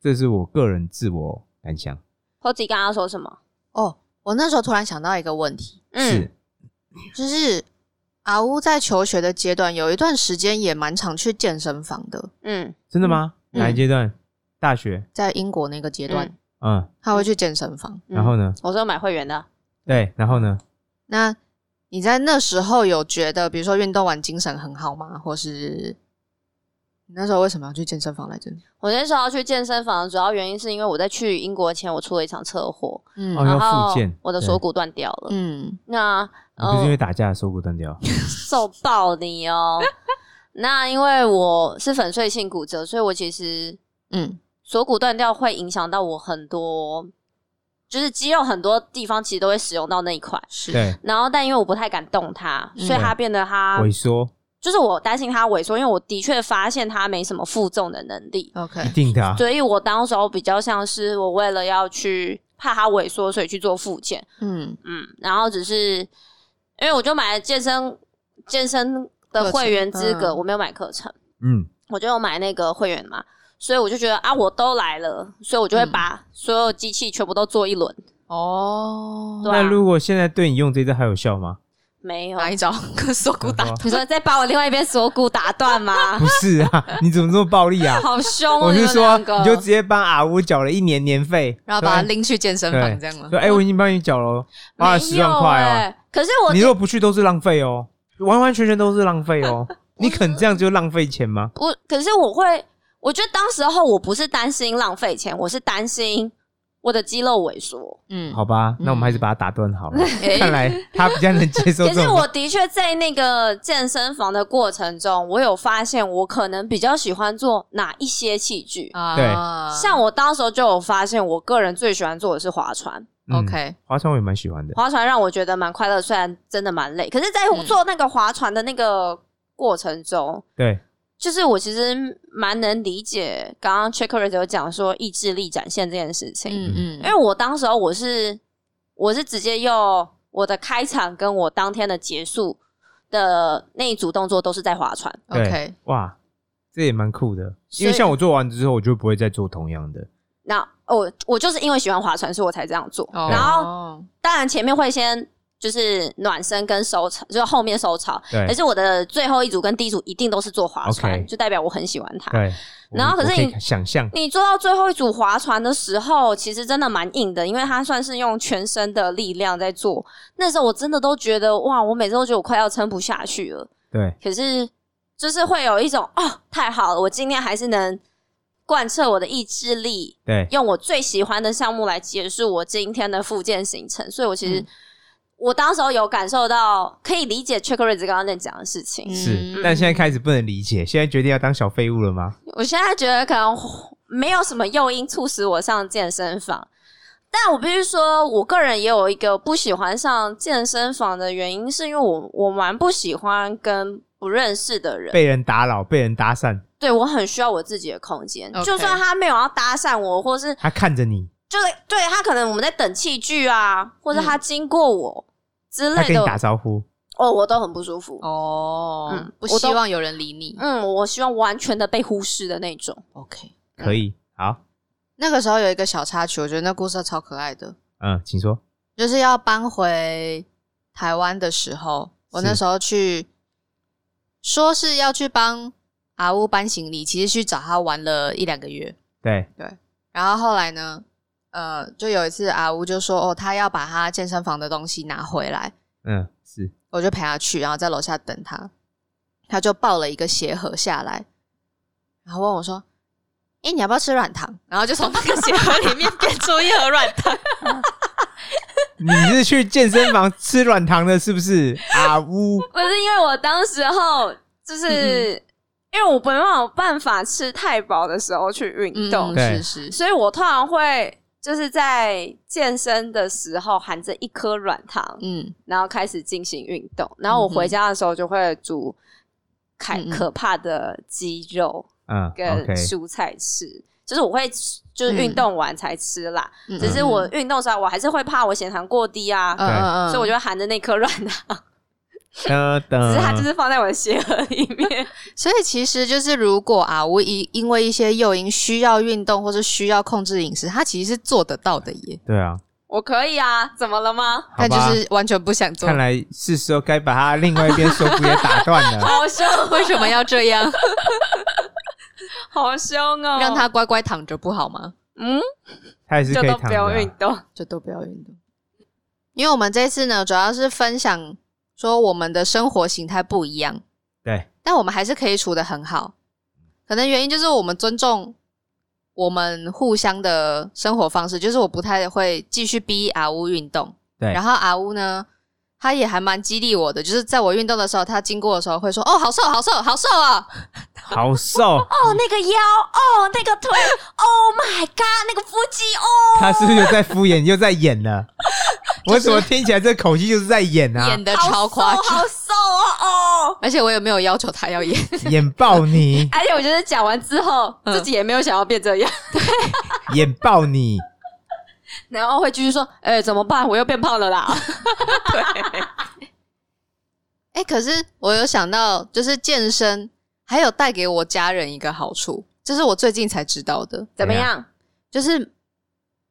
Speaker 2: 这是我个人自我感想。
Speaker 1: 后自己刚刚说什么？
Speaker 3: 哦，我那时候突然想到一个问题，
Speaker 1: 嗯
Speaker 2: 是，
Speaker 3: 就是阿乌在求学的阶段，有一段时间也蛮常去健身房的，
Speaker 1: 嗯，
Speaker 2: 真的吗？
Speaker 3: 嗯
Speaker 2: 哪一阶段？大学？
Speaker 3: 在英国那个阶段，
Speaker 1: 嗯
Speaker 2: 嗯，
Speaker 3: 他会去健身房。
Speaker 1: 嗯
Speaker 2: 然后呢？
Speaker 1: 我说买会员的，
Speaker 2: 对，然后呢？
Speaker 3: 那你在那时候有觉得，比如说运动完精神很好吗？或是你那时候为什么要去健身房来着？
Speaker 1: 我那时候去健身房，主要原因是因为我在去英国前，我出了一场车祸，
Speaker 3: 嗯
Speaker 2: 哦要
Speaker 1: 然
Speaker 2: 复
Speaker 1: 后
Speaker 2: 健
Speaker 1: 我的
Speaker 2: 对
Speaker 1: 锁骨断掉了。
Speaker 3: 嗯
Speaker 1: 那
Speaker 2: 你就是因为
Speaker 1: 哦，
Speaker 2: 打架手骨断掉。
Speaker 1: 受爆你哦。那因为我是粉碎性骨折，所以我其实
Speaker 3: 嗯
Speaker 1: 锁骨断掉会影响到我很多，就是肌肉很多地方其实都会使用到那一块。
Speaker 3: 是
Speaker 2: 对，
Speaker 1: 然后，但因为我不太敢动它，
Speaker 3: 嗯
Speaker 1: 所以它变得它
Speaker 2: 萎缩
Speaker 1: 就是我担心它萎缩，因为我的确发现它没什么负重的能力，
Speaker 2: 一
Speaker 3: OK
Speaker 2: 定的啊。
Speaker 1: 所以我当时候比较像是我为了要去怕它萎缩，所以去做复健，
Speaker 3: 嗯
Speaker 1: 嗯，然后只是因为我就买了健身健身的会员资
Speaker 3: 课
Speaker 1: 格，
Speaker 3: 程嗯
Speaker 1: 我没有买课程，
Speaker 2: 嗯，
Speaker 1: 我就有买那个会员嘛，所以我就觉得啊，我都来了，所以我就会把所有机器全部都做一轮。
Speaker 3: 哦，
Speaker 1: 对
Speaker 2: 那
Speaker 1: 啊，
Speaker 2: 如果现在对你用这招还有效吗？
Speaker 1: 没有。
Speaker 3: 哪一招？跟锁骨打
Speaker 2: 然后
Speaker 1: 哎你说再把我另外一边锁骨打断 吗？
Speaker 2: 不是啊，你怎么这么暴 力啊？
Speaker 1: 好凶哦！
Speaker 2: 我
Speaker 1: 你
Speaker 2: 是
Speaker 1: 们
Speaker 2: 说，
Speaker 1: 两个
Speaker 2: 你就直接帮阿乌缴了一年年费，
Speaker 3: 然后把他
Speaker 2: 对
Speaker 3: 拎去健身
Speaker 2: 对
Speaker 3: 房，这样吗？
Speaker 2: 说哎，我已经帮你缴了，花了十
Speaker 1: 没有
Speaker 2: 万块哦。
Speaker 1: 欸可是我
Speaker 2: 你如果不去都是浪费哦，完完全全都是浪 费哦。你肯这样就浪费钱吗？
Speaker 1: 我可是我会，我觉得当时候我不是担心浪费钱，我是担心我的肌肉萎缩。
Speaker 3: 嗯，
Speaker 2: 好吧，那我们还是把它打断好了。 看来他比较能接受
Speaker 1: 嗯 可
Speaker 2: 这
Speaker 1: 是
Speaker 2: 种
Speaker 1: 我的确在那个健身房的过程中，我有发现我可能比较喜欢做哪一些器具。
Speaker 3: 啊，
Speaker 1: 像我当时候就有发现，我个人最喜欢做的是划船。
Speaker 2: 嗯
Speaker 3: OK，
Speaker 2: 划船我也蛮喜欢的。
Speaker 1: 划船让我觉得蛮快乐，虽然真的蛮累，可是，在
Speaker 3: 嗯
Speaker 1: 做那个划船的那个过程中，
Speaker 2: 对，
Speaker 1: 就是我其实蛮能理解刚刚 Checkers 有讲说意志力展现这件事情。
Speaker 3: 嗯
Speaker 1: 因为
Speaker 3: 嗯，
Speaker 1: 我当时候我是我是直接用我的开场跟我当天的结束的那一组动作都是在划船，
Speaker 2: 对
Speaker 3: OK，
Speaker 2: 哇，这也蛮酷的。
Speaker 1: 所以
Speaker 2: 因为像我做完之后，我就不会再做同样的。
Speaker 1: 那我我就是因为喜欢划船，所以我才这样做。
Speaker 3: 哦
Speaker 1: 然后当然前面会先就是暖身跟收操，就是后面收操。
Speaker 2: 对
Speaker 1: 可是我的最后一组跟第一组一定都是做划船
Speaker 2: OK
Speaker 1: 就代表我很喜欢它。
Speaker 2: 对，
Speaker 1: 啊然后
Speaker 2: 我
Speaker 1: 可是
Speaker 2: 我以
Speaker 1: 你
Speaker 2: 想象，
Speaker 1: 你做到最后一组划船的时候，其实真的蛮硬的，因为它算是用全身的力量在做。那时候我真的都觉得哇，我每次都觉得我快要撑不下去了。
Speaker 2: 对，
Speaker 1: 可是就是会有一种哦，太好了，我今天还是能贯彻我的意志力，
Speaker 2: 对，
Speaker 1: 用我最喜欢的项目来结束我今天的复健行程。所以我其实、
Speaker 3: 嗯
Speaker 1: 我当时候有感受到，可以理解 Check r a z 刚刚在讲的事情。
Speaker 3: 嗯
Speaker 2: 是。但现在开始不能理解，现在决定要当小废物了吗？
Speaker 1: 我现在觉得可能没有什么诱因促使我上健身房。但我必须说，我个人也有一个不喜欢上健身房的原因，是因为我我蛮不喜欢跟不认识的人
Speaker 2: 被人打扰，被人搭讪，
Speaker 1: 对我很需要我自己的空间
Speaker 3: OK
Speaker 1: 就算他没有要搭讪我，或是
Speaker 2: 他看着你，
Speaker 1: 就是对他可能我们在等器具啊，或者他经过我之
Speaker 2: 他
Speaker 1: 类
Speaker 2: 跟
Speaker 1: 的
Speaker 2: 你，打招呼，
Speaker 1: 哦，我都很不舒服。
Speaker 3: 哦
Speaker 1: 嗯，
Speaker 3: 不
Speaker 1: 我
Speaker 3: 希
Speaker 1: 都
Speaker 3: 望有人理你。
Speaker 1: 嗯，我希望完全的被忽视的那种。
Speaker 3: OK，
Speaker 2: 可以，
Speaker 1: 嗯
Speaker 2: 好，
Speaker 3: 那个时候有一个小插曲，我觉得那故事超可爱的，
Speaker 2: 嗯，请说。
Speaker 3: 就是要搬回台湾的时候，我那
Speaker 2: 是
Speaker 3: 时候去说是要去帮阿乌搬行李，其实去找他玩了一两个月。
Speaker 2: 对，
Speaker 3: 然后后来呢，呃，就有一次阿乌就说，哦，他要把他健身房的东西拿回来，
Speaker 2: 嗯，是
Speaker 3: 我就陪他去，然后在楼下等他，他就抱了一个鞋盒下来，然后问我说：“诶，你要不要吃软糖？”然后就从那个鞋盒 里面变出一盒软糖。
Speaker 2: 你是去健身房吃软糖的，是 不是？啊呜，
Speaker 1: 不是因为我当时候就是、因为我没有办法吃太饱的时候去 运动，
Speaker 2: 对
Speaker 3: 嗯，是是，
Speaker 1: 所以我通常会就是在健身的时候含着一颗软糖，
Speaker 3: 嗯，
Speaker 1: 然后开始进行运动，然后我回家的时候就会煮凯
Speaker 3: 嗯嗯
Speaker 1: 可怕的鸡肉
Speaker 2: 嗯
Speaker 1: 跟
Speaker 2: ，OK，
Speaker 1: 蔬菜吃，就是我会吃就是运动完才吃啦。
Speaker 3: 嗯
Speaker 1: 只是我，运动的时候我还是会怕我血糖过低啊
Speaker 3: 嗯，嗯嗯，
Speaker 1: 所以我就会含着那颗软糖，
Speaker 2: 噔
Speaker 1: 只
Speaker 3: 嗯
Speaker 2: 噔，
Speaker 1: 是它就是放在我的鞋盒里面。
Speaker 3: 所以其实就是如果啊，我因因为一些诱因需要运动或是需要控制饮食，他其实是做得到的耶，
Speaker 2: 对啊，
Speaker 1: 我可以啊，怎么了吗？
Speaker 2: 好
Speaker 3: 但就
Speaker 2: 吧，
Speaker 3: 是完全不想做
Speaker 2: 看。来是时候该把他另外一边手骨也打断 了。
Speaker 1: 好凶，
Speaker 3: 为什么要这 样？
Speaker 1: 好凶哦！
Speaker 3: 让他乖乖躺着不好吗？
Speaker 1: 嗯，
Speaker 2: 他也是
Speaker 1: 就
Speaker 2: 可以
Speaker 1: 都不
Speaker 2: 躺着
Speaker 1: 用
Speaker 2: 啊
Speaker 1: 运动。
Speaker 3: 就都不要运动。因为我们这次呢，主要是分享说我们的生活形态不一样，
Speaker 2: 对，
Speaker 3: 但我们还是可以处得很好。可能原因就是我们尊重我们互相的生活方式，就是我不太会继续逼阿乌运动，
Speaker 2: 对
Speaker 3: 然后阿乌呢，他也还蛮激励我的，就是在我运动的时候，他经过的时候会说：“哦，好瘦，好瘦，好瘦啊
Speaker 2: 好 瘦，
Speaker 1: 哦，那个腰，哦，那个腿，Oh my god，那个腹肌，哦，
Speaker 2: 他是不是又在敷衍又在 演了？我怎么听起来这口气就是在演！”啊
Speaker 3: 演？的超夸
Speaker 1: 好瘦
Speaker 3: 张，
Speaker 1: 好瘦哦 哦！
Speaker 3: 而且我也没有要求他要演，
Speaker 2: 演 爆你，
Speaker 1: 而且我觉得讲完之后，
Speaker 3: 嗯
Speaker 1: 自己也没有想要变这样，
Speaker 2: 演爆你，
Speaker 1: 然后会继续说：“哎、怎么办？我又变胖了啦
Speaker 3: 哎、可是我有想到，就是健身还有带给我家人一个好处，！”这是我最近才知道的，
Speaker 1: 怎么
Speaker 2: 怎
Speaker 1: 样？
Speaker 3: 就是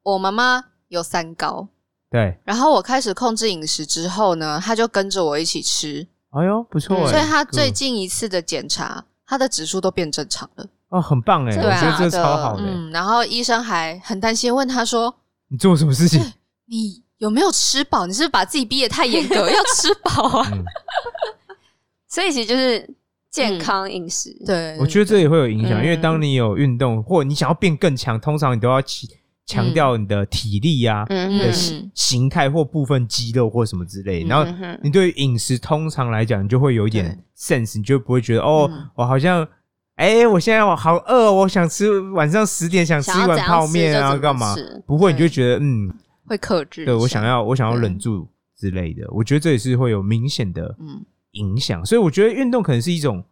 Speaker 3: 我妈妈有三高，
Speaker 2: 对，
Speaker 3: 然后我开始控制饮食之后呢，她就跟着我一起吃，
Speaker 2: 哎呦，不错
Speaker 1: 嗯
Speaker 2: 哎，
Speaker 3: 所以她最
Speaker 2: good
Speaker 3: 近一次的检查，她的指数都变正常了。
Speaker 2: 哦，很棒哎，我
Speaker 1: 对
Speaker 2: 觉得
Speaker 3: 啊
Speaker 2: 这
Speaker 1: 的
Speaker 2: 超好的欸。
Speaker 3: 嗯，然后医生还很担心问她说
Speaker 2: 你做了什 么事情？：“
Speaker 3: 你有没有吃饱？你是不是把自己逼得太严格， 要吃饱啊
Speaker 2: 嗯，
Speaker 1: 所以其实就是健康饮食。？”
Speaker 3: 对，
Speaker 2: 我觉得这也会有影响，因为当
Speaker 3: 嗯
Speaker 2: 你有运动或你想要变更强，通常你都要强强调你的体力啊、
Speaker 1: 嗯
Speaker 2: 你的
Speaker 3: 对
Speaker 1: 哼
Speaker 3: 是
Speaker 2: 形形态或部分肌肉或什么之类的，
Speaker 1: 嗯
Speaker 2: 然后
Speaker 1: 哼哼
Speaker 2: 你对于饮食通常来讲，你就会有一点 sense，你就不会觉得哦，
Speaker 3: 嗯
Speaker 2: 我好像，哎、我现在我好饿，我想吃晚上十点想吃
Speaker 1: 想
Speaker 2: 一
Speaker 1: 要怎
Speaker 2: 碗
Speaker 1: 样
Speaker 2: 泡面
Speaker 1: 吃就
Speaker 2: 啊，
Speaker 1: 怎么
Speaker 2: 干嘛
Speaker 1: 吃？
Speaker 2: 不会，你就
Speaker 3: 对
Speaker 2: 觉得嗯，
Speaker 3: 会克制。
Speaker 2: 对我想，要，我想要
Speaker 3: 对
Speaker 2: 忍住之类的。我觉得这也是会有明显的
Speaker 3: 嗯
Speaker 2: 影响，所以我觉得运动可能是一种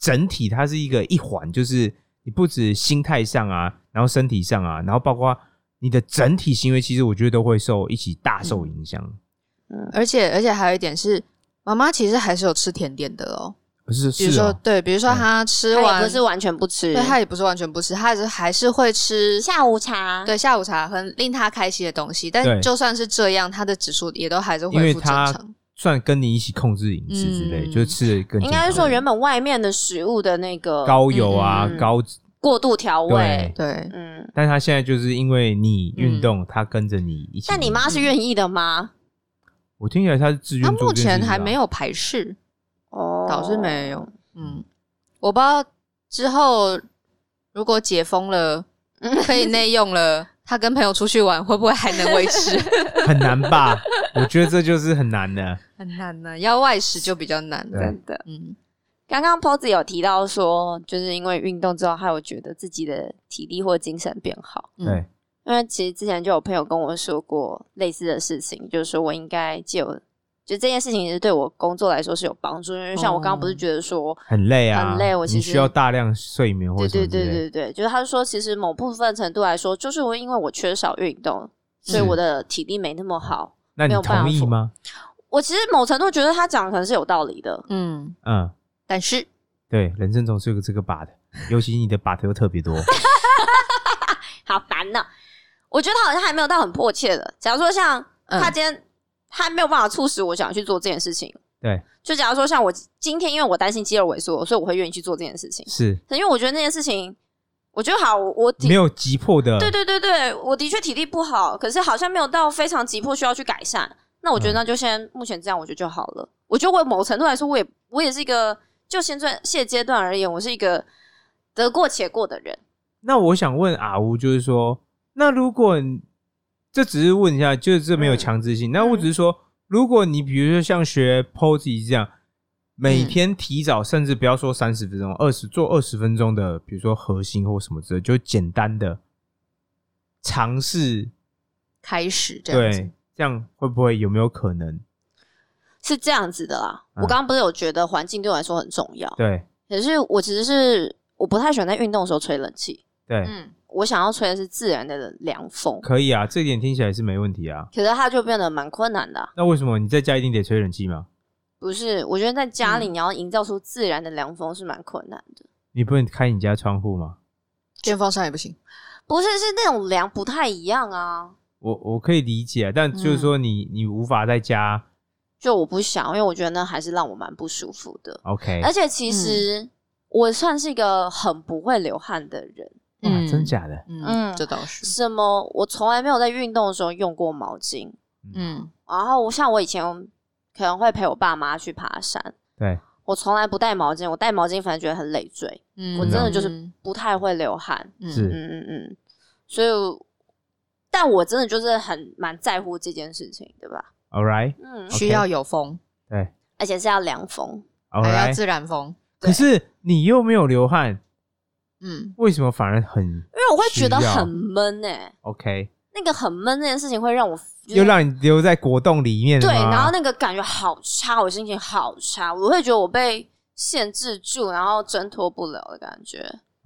Speaker 2: 整体，它是一个一环，就是你不止心态上啊，然后身体上啊，然后包括你的整体行为，其实我觉得都会受一起大受影响。
Speaker 3: 而且而且还有一点是，妈妈其实还是有吃甜点的哦。
Speaker 2: 是
Speaker 3: 比如
Speaker 2: 是
Speaker 3: 说，
Speaker 2: 哦，
Speaker 3: 对，比如说
Speaker 2: 嗯
Speaker 3: 她吃
Speaker 1: 他也
Speaker 3: 完
Speaker 1: 不是，完全不吃，
Speaker 3: 对，她也不是完全不吃，她还是还是会吃
Speaker 1: 下午茶，
Speaker 3: 对下午茶很令她开心的东西。
Speaker 2: 对
Speaker 3: 但就算是这样，她的指数也都还是
Speaker 2: 因
Speaker 3: 恢
Speaker 2: 为
Speaker 3: 复正
Speaker 2: 它
Speaker 3: 常。
Speaker 2: 算跟你一起控制饮食之类，
Speaker 3: 嗯
Speaker 2: 就是吃的更
Speaker 1: 应该是说原
Speaker 2: 人
Speaker 1: 本外面的食物的那个
Speaker 2: 高油啊、
Speaker 1: 嗯嗯嗯
Speaker 2: 高，
Speaker 1: 过度调味
Speaker 2: 对，
Speaker 3: 对，
Speaker 1: 嗯。
Speaker 2: 但他现在就是因为你运
Speaker 3: 嗯
Speaker 2: 动，他跟着你一起。
Speaker 1: 但你妈是愿意的吗？
Speaker 2: 我听起来他是自愿
Speaker 3: 她
Speaker 2: 做
Speaker 3: 目
Speaker 2: 这件事
Speaker 3: 前
Speaker 2: 情
Speaker 3: 还
Speaker 2: 啊
Speaker 3: 没有排斥。
Speaker 1: 哦
Speaker 3: 倒是没有。嗯，我不知道之后如果解 封了，可以内用了，他跟朋友出去玩会不会还能 维持？
Speaker 2: 很难吧？我觉得这就是很难的。
Speaker 3: 很难呢、要外食就比较难了。
Speaker 2: 对
Speaker 1: 真的。
Speaker 3: 嗯，
Speaker 1: 刚刚 Pose 有提到说，就是因为运动之后，还有觉得自己的体力或精神变好。
Speaker 3: 嗯
Speaker 2: 对，
Speaker 1: 因为其实之前就有朋友跟我说过类似的事情，就是说我应该借我，就这件事情其实对我工作来说是有帮助，因为像我刚刚不是觉得说，
Speaker 2: 很累啊，
Speaker 1: 很累我其
Speaker 2: 你
Speaker 1: 实
Speaker 2: 需要大量睡眠或
Speaker 1: 对
Speaker 2: 者什么
Speaker 1: 对
Speaker 2: 之类
Speaker 1: 对对对，就是他说其实某部分程度来说，就是我因为我缺少运动，所以
Speaker 2: 是
Speaker 1: 我的体力没那么好。
Speaker 2: 那你
Speaker 1: 没有办法
Speaker 2: 同意
Speaker 1: 做
Speaker 2: 吗？
Speaker 1: 我其实某程度觉得他讲的可能是有道理的，
Speaker 3: 嗯，
Speaker 2: 嗯，
Speaker 3: 但是
Speaker 2: 对，人生总是有个这个把的，尤其你的把头又特 别多，
Speaker 1: 好烦呐、我觉得他好像还没有到很迫切的。假如说像
Speaker 3: 嗯
Speaker 1: 他今天，他没有办法促使我想去做这件事情。
Speaker 2: 对，
Speaker 1: 就假如说像我今天，因为我担心肌肉萎缩，所以我会愿意去做这件事情。
Speaker 2: 是
Speaker 1: 可因为我觉得那件事情，我觉得好，我我体
Speaker 2: 没有急迫的，
Speaker 1: 对对对对，我的确体力不好，可是好像没有到非常急迫需要去改善。那我觉得
Speaker 2: 嗯
Speaker 1: 那就先、目前这样，我觉得就好了。我觉得我某程度来说，我也我也是一个就现在现阶段而言，我是一个得过且过的人。
Speaker 2: 那我想问阿乌，就是说，那如果你这只是问一下，就是这没
Speaker 3: 嗯
Speaker 2: 有强制性。那我只是说，如果你比如说像学 Posy 这样，
Speaker 3: 嗯
Speaker 2: 每天提早，甚至不要说三十分钟，二十做二十分钟的，比如说核心或什么之类，就简单的尝试，
Speaker 3: 开始这样子，
Speaker 2: 对，这样会不会有没有可能？
Speaker 1: 是这样子的啦，
Speaker 2: 嗯
Speaker 1: 我刚刚不是有觉得环境对我来说很重要，
Speaker 2: 对
Speaker 1: 可是我其实是我不太喜欢在运动的时候吹冷气，
Speaker 2: 对，
Speaker 3: 嗯，
Speaker 1: 我想要吹的是自然的凉风，
Speaker 2: 可以啊，这一点听起来是没问题啊。
Speaker 1: 可是它就变得蛮困难的啊、
Speaker 2: 那为什么你在家一定得吹冷气吗？
Speaker 1: 不是，我觉得在家里
Speaker 3: 嗯
Speaker 1: 你要营造出自然的凉风是蛮困难的。
Speaker 2: 你不能开你家窗户吗？
Speaker 3: 电风扇也不行。
Speaker 1: 不是，是那种凉不太一样啊。
Speaker 2: 我我可以理解啊，但就是
Speaker 3: 嗯
Speaker 2: 说你、你无法在家
Speaker 1: 就我不想，因为我觉得那还是让我蛮不舒服的。
Speaker 3: 哎
Speaker 2: OK，
Speaker 1: 而且
Speaker 3: 嗯
Speaker 1: 其实我算是一个很不会流汗的人，
Speaker 2: 哇，
Speaker 3: 嗯
Speaker 2: 啊真假的？
Speaker 3: 嗯
Speaker 1: 嗯，
Speaker 3: 这倒是。
Speaker 1: 什么我从来没有在运动的时候用过毛巾。
Speaker 3: 嗯，
Speaker 1: 然后我像我以前可能会陪我爸妈去爬山，
Speaker 2: 对，
Speaker 1: 我从来不带毛巾，我带毛巾反而觉得很累赘，
Speaker 3: 嗯
Speaker 1: 我真的就是
Speaker 3: 嗯
Speaker 1: 不太会流汗。
Speaker 2: 是
Speaker 1: 嗯嗯嗯，所以我，但我真的就是很蛮在乎这件事情，对吧？
Speaker 2: All right，
Speaker 1: 嗯，
Speaker 3: 需要有风，
Speaker 2: 对
Speaker 1: 而且是要凉风，
Speaker 2: ，All
Speaker 3: 还要
Speaker 2: right。
Speaker 3: 自然风。
Speaker 2: 可是你又没有流汗，
Speaker 3: 嗯，
Speaker 2: 为什么反而很
Speaker 1: 因为我会觉得
Speaker 2: 需要
Speaker 1: 很闷哎、
Speaker 2: OK？
Speaker 1: 那个很闷这件事情会让我就是
Speaker 2: 又让你留在果冻里面了
Speaker 1: 对，
Speaker 2: 吗
Speaker 1: 然后那个感觉好差，我心情好差，我会觉得我被限制住，然后挣脱不了的感觉。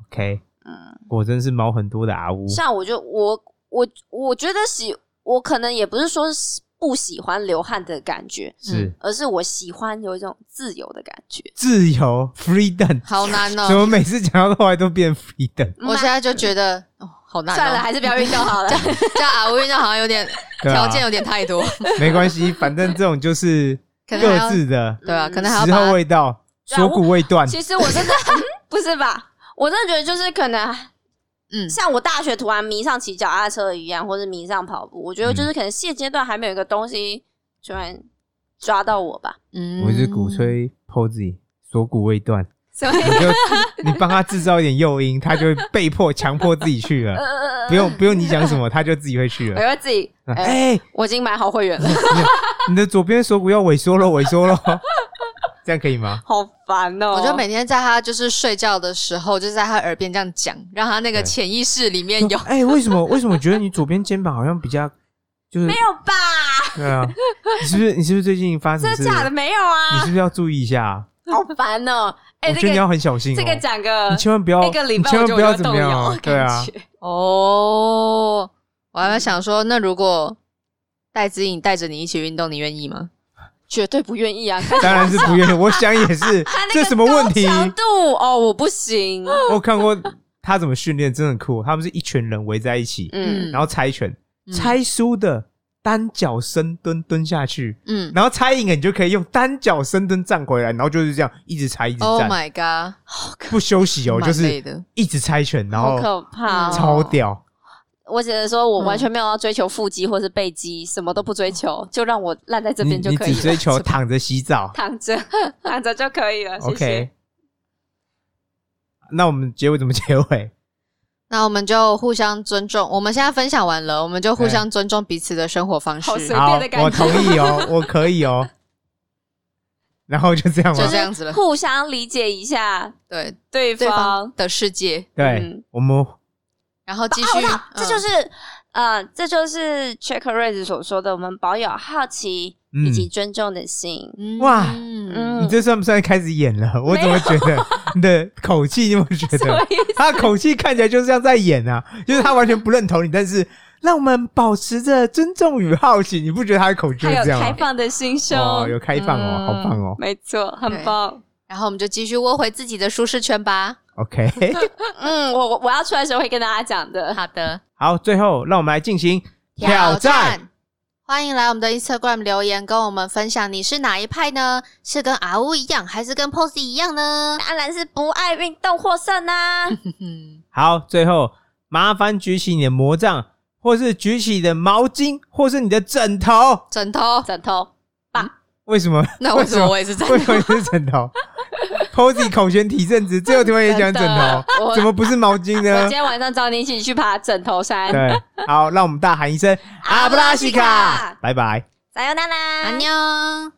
Speaker 2: OK，
Speaker 1: 嗯，
Speaker 2: 果真是毛嗯很多的阿乌，
Speaker 1: 像我就我我我觉得喜，我可能也不是说是不喜欢流汗的感觉，
Speaker 3: 嗯
Speaker 2: 是
Speaker 1: 而是我喜欢有一种自由的感觉。
Speaker 2: 自由 freedom，
Speaker 3: 好难
Speaker 2: 怎
Speaker 3: 哦！
Speaker 2: 么每次讲到后来都变 freedom？
Speaker 3: 我现在就觉得哦，好难、
Speaker 1: 嗯
Speaker 3: 哦。
Speaker 1: 算了，还是不要 运动好 了。
Speaker 3: 叫阿乌运动好像有点
Speaker 2: 对啊
Speaker 3: 条件有点太多，
Speaker 2: 没关系，反正这种就是
Speaker 3: 可能还
Speaker 2: 各
Speaker 3: 要
Speaker 2: 自的
Speaker 3: 对啊，
Speaker 1: 嗯
Speaker 3: 可能还要
Speaker 2: 时
Speaker 3: 把它
Speaker 2: 候未到，
Speaker 1: 对啊
Speaker 2: 锁骨未断。
Speaker 1: 其实我真的 嗯不是吧？我真的觉得就是可能
Speaker 3: 嗯
Speaker 1: 像我大学突然迷上骑脚踏车一样，或者迷上跑步，我觉得就是
Speaker 2: 嗯
Speaker 1: 可能现阶段还没有一个东西突然抓到我吧。
Speaker 3: 嗯
Speaker 2: 我是鼓，吹 Posy，锁骨未断，
Speaker 1: 所以，
Speaker 2: 你就 你帮他制造一点诱因，他就会被迫强迫自己去 了。
Speaker 1: 呃
Speaker 2: 不用，不用你讲什么，他就自己会去
Speaker 1: 我
Speaker 2: 了。
Speaker 1: 会自己，哎，
Speaker 2: 哎、
Speaker 1: 我已经买好会员了，
Speaker 2: 你的左边锁骨要萎缩喽，萎缩喽， 这样可以吗？
Speaker 1: 好烦哦。
Speaker 3: 我就每天在他就是睡觉的时候，就在他耳边这样讲，让他那个
Speaker 2: 对
Speaker 3: 潜意识里面有
Speaker 2: 哎、为什么？为什么觉得你左边肩膀好像比较就是
Speaker 1: 没有吧？
Speaker 2: 对啊？你是不是你是不是最近发生什
Speaker 1: 真的
Speaker 2: 么事？
Speaker 1: 假的？没有
Speaker 2: 你是
Speaker 1: 啊，
Speaker 2: 不是要注意一下、啊？
Speaker 1: 好烦哦。哎，
Speaker 2: 我觉得
Speaker 1: 这
Speaker 2: 你
Speaker 1: 个
Speaker 2: 要很小心、哦
Speaker 1: 这个讲个
Speaker 2: 你千万不要，
Speaker 1: 一个礼
Speaker 2: 你
Speaker 1: 拜，
Speaker 2: 千
Speaker 1: 我
Speaker 2: 万
Speaker 1: 觉
Speaker 2: 不
Speaker 1: 得
Speaker 2: 要
Speaker 1: 我就
Speaker 2: 怎么
Speaker 1: 动
Speaker 2: 样、
Speaker 1: 摇
Speaker 2: 啊，，对啊
Speaker 1: 感，觉
Speaker 3: 哦。我
Speaker 2: 嗯
Speaker 3: 还在想说，那如果戴子颖带着你一起运动，你愿意吗？
Speaker 1: 绝对不愿意啊。
Speaker 2: 当然是不愿意。我想也 是
Speaker 1: 他那，
Speaker 2: 这
Speaker 1: 个
Speaker 2: 什么问题
Speaker 1: 高？强度哦，我不行。
Speaker 2: 我看过他怎么训练，真的很酷。他们是一群人围在一起，
Speaker 1: 嗯，
Speaker 2: 然后猜拳，
Speaker 3: 嗯
Speaker 2: 猜输的单脚深蹲蹲下去，
Speaker 3: 嗯
Speaker 2: 然后猜赢了你就可以用单脚深蹲站回来，然后就是这样一直猜一直
Speaker 3: ，Oh
Speaker 2: 站，
Speaker 3: my god，
Speaker 2: 不休息哦，
Speaker 3: 蛮
Speaker 2: 就是
Speaker 3: 累的
Speaker 2: 一直猜拳，然
Speaker 1: 好
Speaker 2: 后
Speaker 1: 可怕、哦，
Speaker 2: 超。屌。
Speaker 1: 我只能说，我完全没有要追求腹肌或是背肌，什么都不追求，就让我烂在这
Speaker 2: 你
Speaker 1: 边就
Speaker 2: 你
Speaker 1: 可以
Speaker 2: 只
Speaker 1: 了。
Speaker 2: 追求躺着洗 澡
Speaker 1: 躺着躺着就可以了。谢谢。
Speaker 2: ，OK。那我们结尾怎么结尾？
Speaker 3: 那我们就互相尊重。我们现在分享完了，我们就互相尊重彼此的生活方式
Speaker 1: 好，随
Speaker 2: 好
Speaker 1: 便的感，觉
Speaker 2: 我同意 哦，我可以哦。然后就这
Speaker 1: 哦
Speaker 2: 样
Speaker 3: 就
Speaker 2: 吗
Speaker 3: 这？样子了。
Speaker 1: 互相理解一下
Speaker 3: 对，
Speaker 1: 对
Speaker 3: 对
Speaker 1: 方
Speaker 3: 方。的世界，
Speaker 2: 对
Speaker 1: 嗯，
Speaker 2: 我们
Speaker 3: 然后继
Speaker 1: 啊我
Speaker 3: 续
Speaker 1: 知道，这就
Speaker 3: 嗯
Speaker 1: 是、呃，这就是 Check Raise 所说的，我们保有好奇
Speaker 2: 嗯
Speaker 1: 以及尊重的心。
Speaker 3: 嗯
Speaker 2: 哇
Speaker 3: 嗯，
Speaker 1: 嗯，
Speaker 2: 你这算不算开始演了？我
Speaker 1: 没
Speaker 2: 怎么觉得你的口气？你有没有觉
Speaker 1: 什么
Speaker 2: 得
Speaker 1: 意思？
Speaker 2: 他的口气看起来就是像在演啊？就是他完全不认同你，但是让我们保持着尊重与好奇。你不觉得他的口气
Speaker 1: 还
Speaker 2: 是
Speaker 1: 有
Speaker 2: 这样
Speaker 1: 开
Speaker 2: 吗？
Speaker 1: 放的心胸，
Speaker 2: 哦，有开放哦，
Speaker 3: 嗯
Speaker 2: 好棒哦。
Speaker 1: 没错，很
Speaker 3: 对
Speaker 1: 棒。
Speaker 3: 然后我们就继续窝回自己的舒适圈吧。
Speaker 2: OK，
Speaker 1: 嗯，我我我要出来的时候会跟大家讲的。
Speaker 3: 好的，
Speaker 2: 好，最后让我们来进行挑战。，
Speaker 3: 欢迎来我们的 Instagram 留言，跟我们分享你是哪一派呢？是跟阿乌一样，还是跟 Posy 一样呢？
Speaker 1: 当然是不爱运动获胜啊 啦、
Speaker 3: 嗯，
Speaker 2: 好，最后麻烦举起你的魔杖，或是举起你的毛巾，或是你的枕头。
Speaker 3: 枕头，
Speaker 1: 枕头，
Speaker 2: 为什么？
Speaker 3: 那为什么我也是枕
Speaker 2: 为什
Speaker 3: 头？
Speaker 2: 么是枕头？Posy 口弦提振子，最后突然也讲枕头，
Speaker 1: 我
Speaker 2: 怎么不是毛巾
Speaker 1: 我
Speaker 2: 呢
Speaker 1: 今？天晚上找你一起去爬枕头山。
Speaker 2: 对，好，让我们大喊一声阿布拉西
Speaker 1: 阿布拉
Speaker 2: 卡
Speaker 1: 西卡，
Speaker 2: 拜拜。
Speaker 3: 啊
Speaker 1: 撒由那拉，
Speaker 3: 安妞。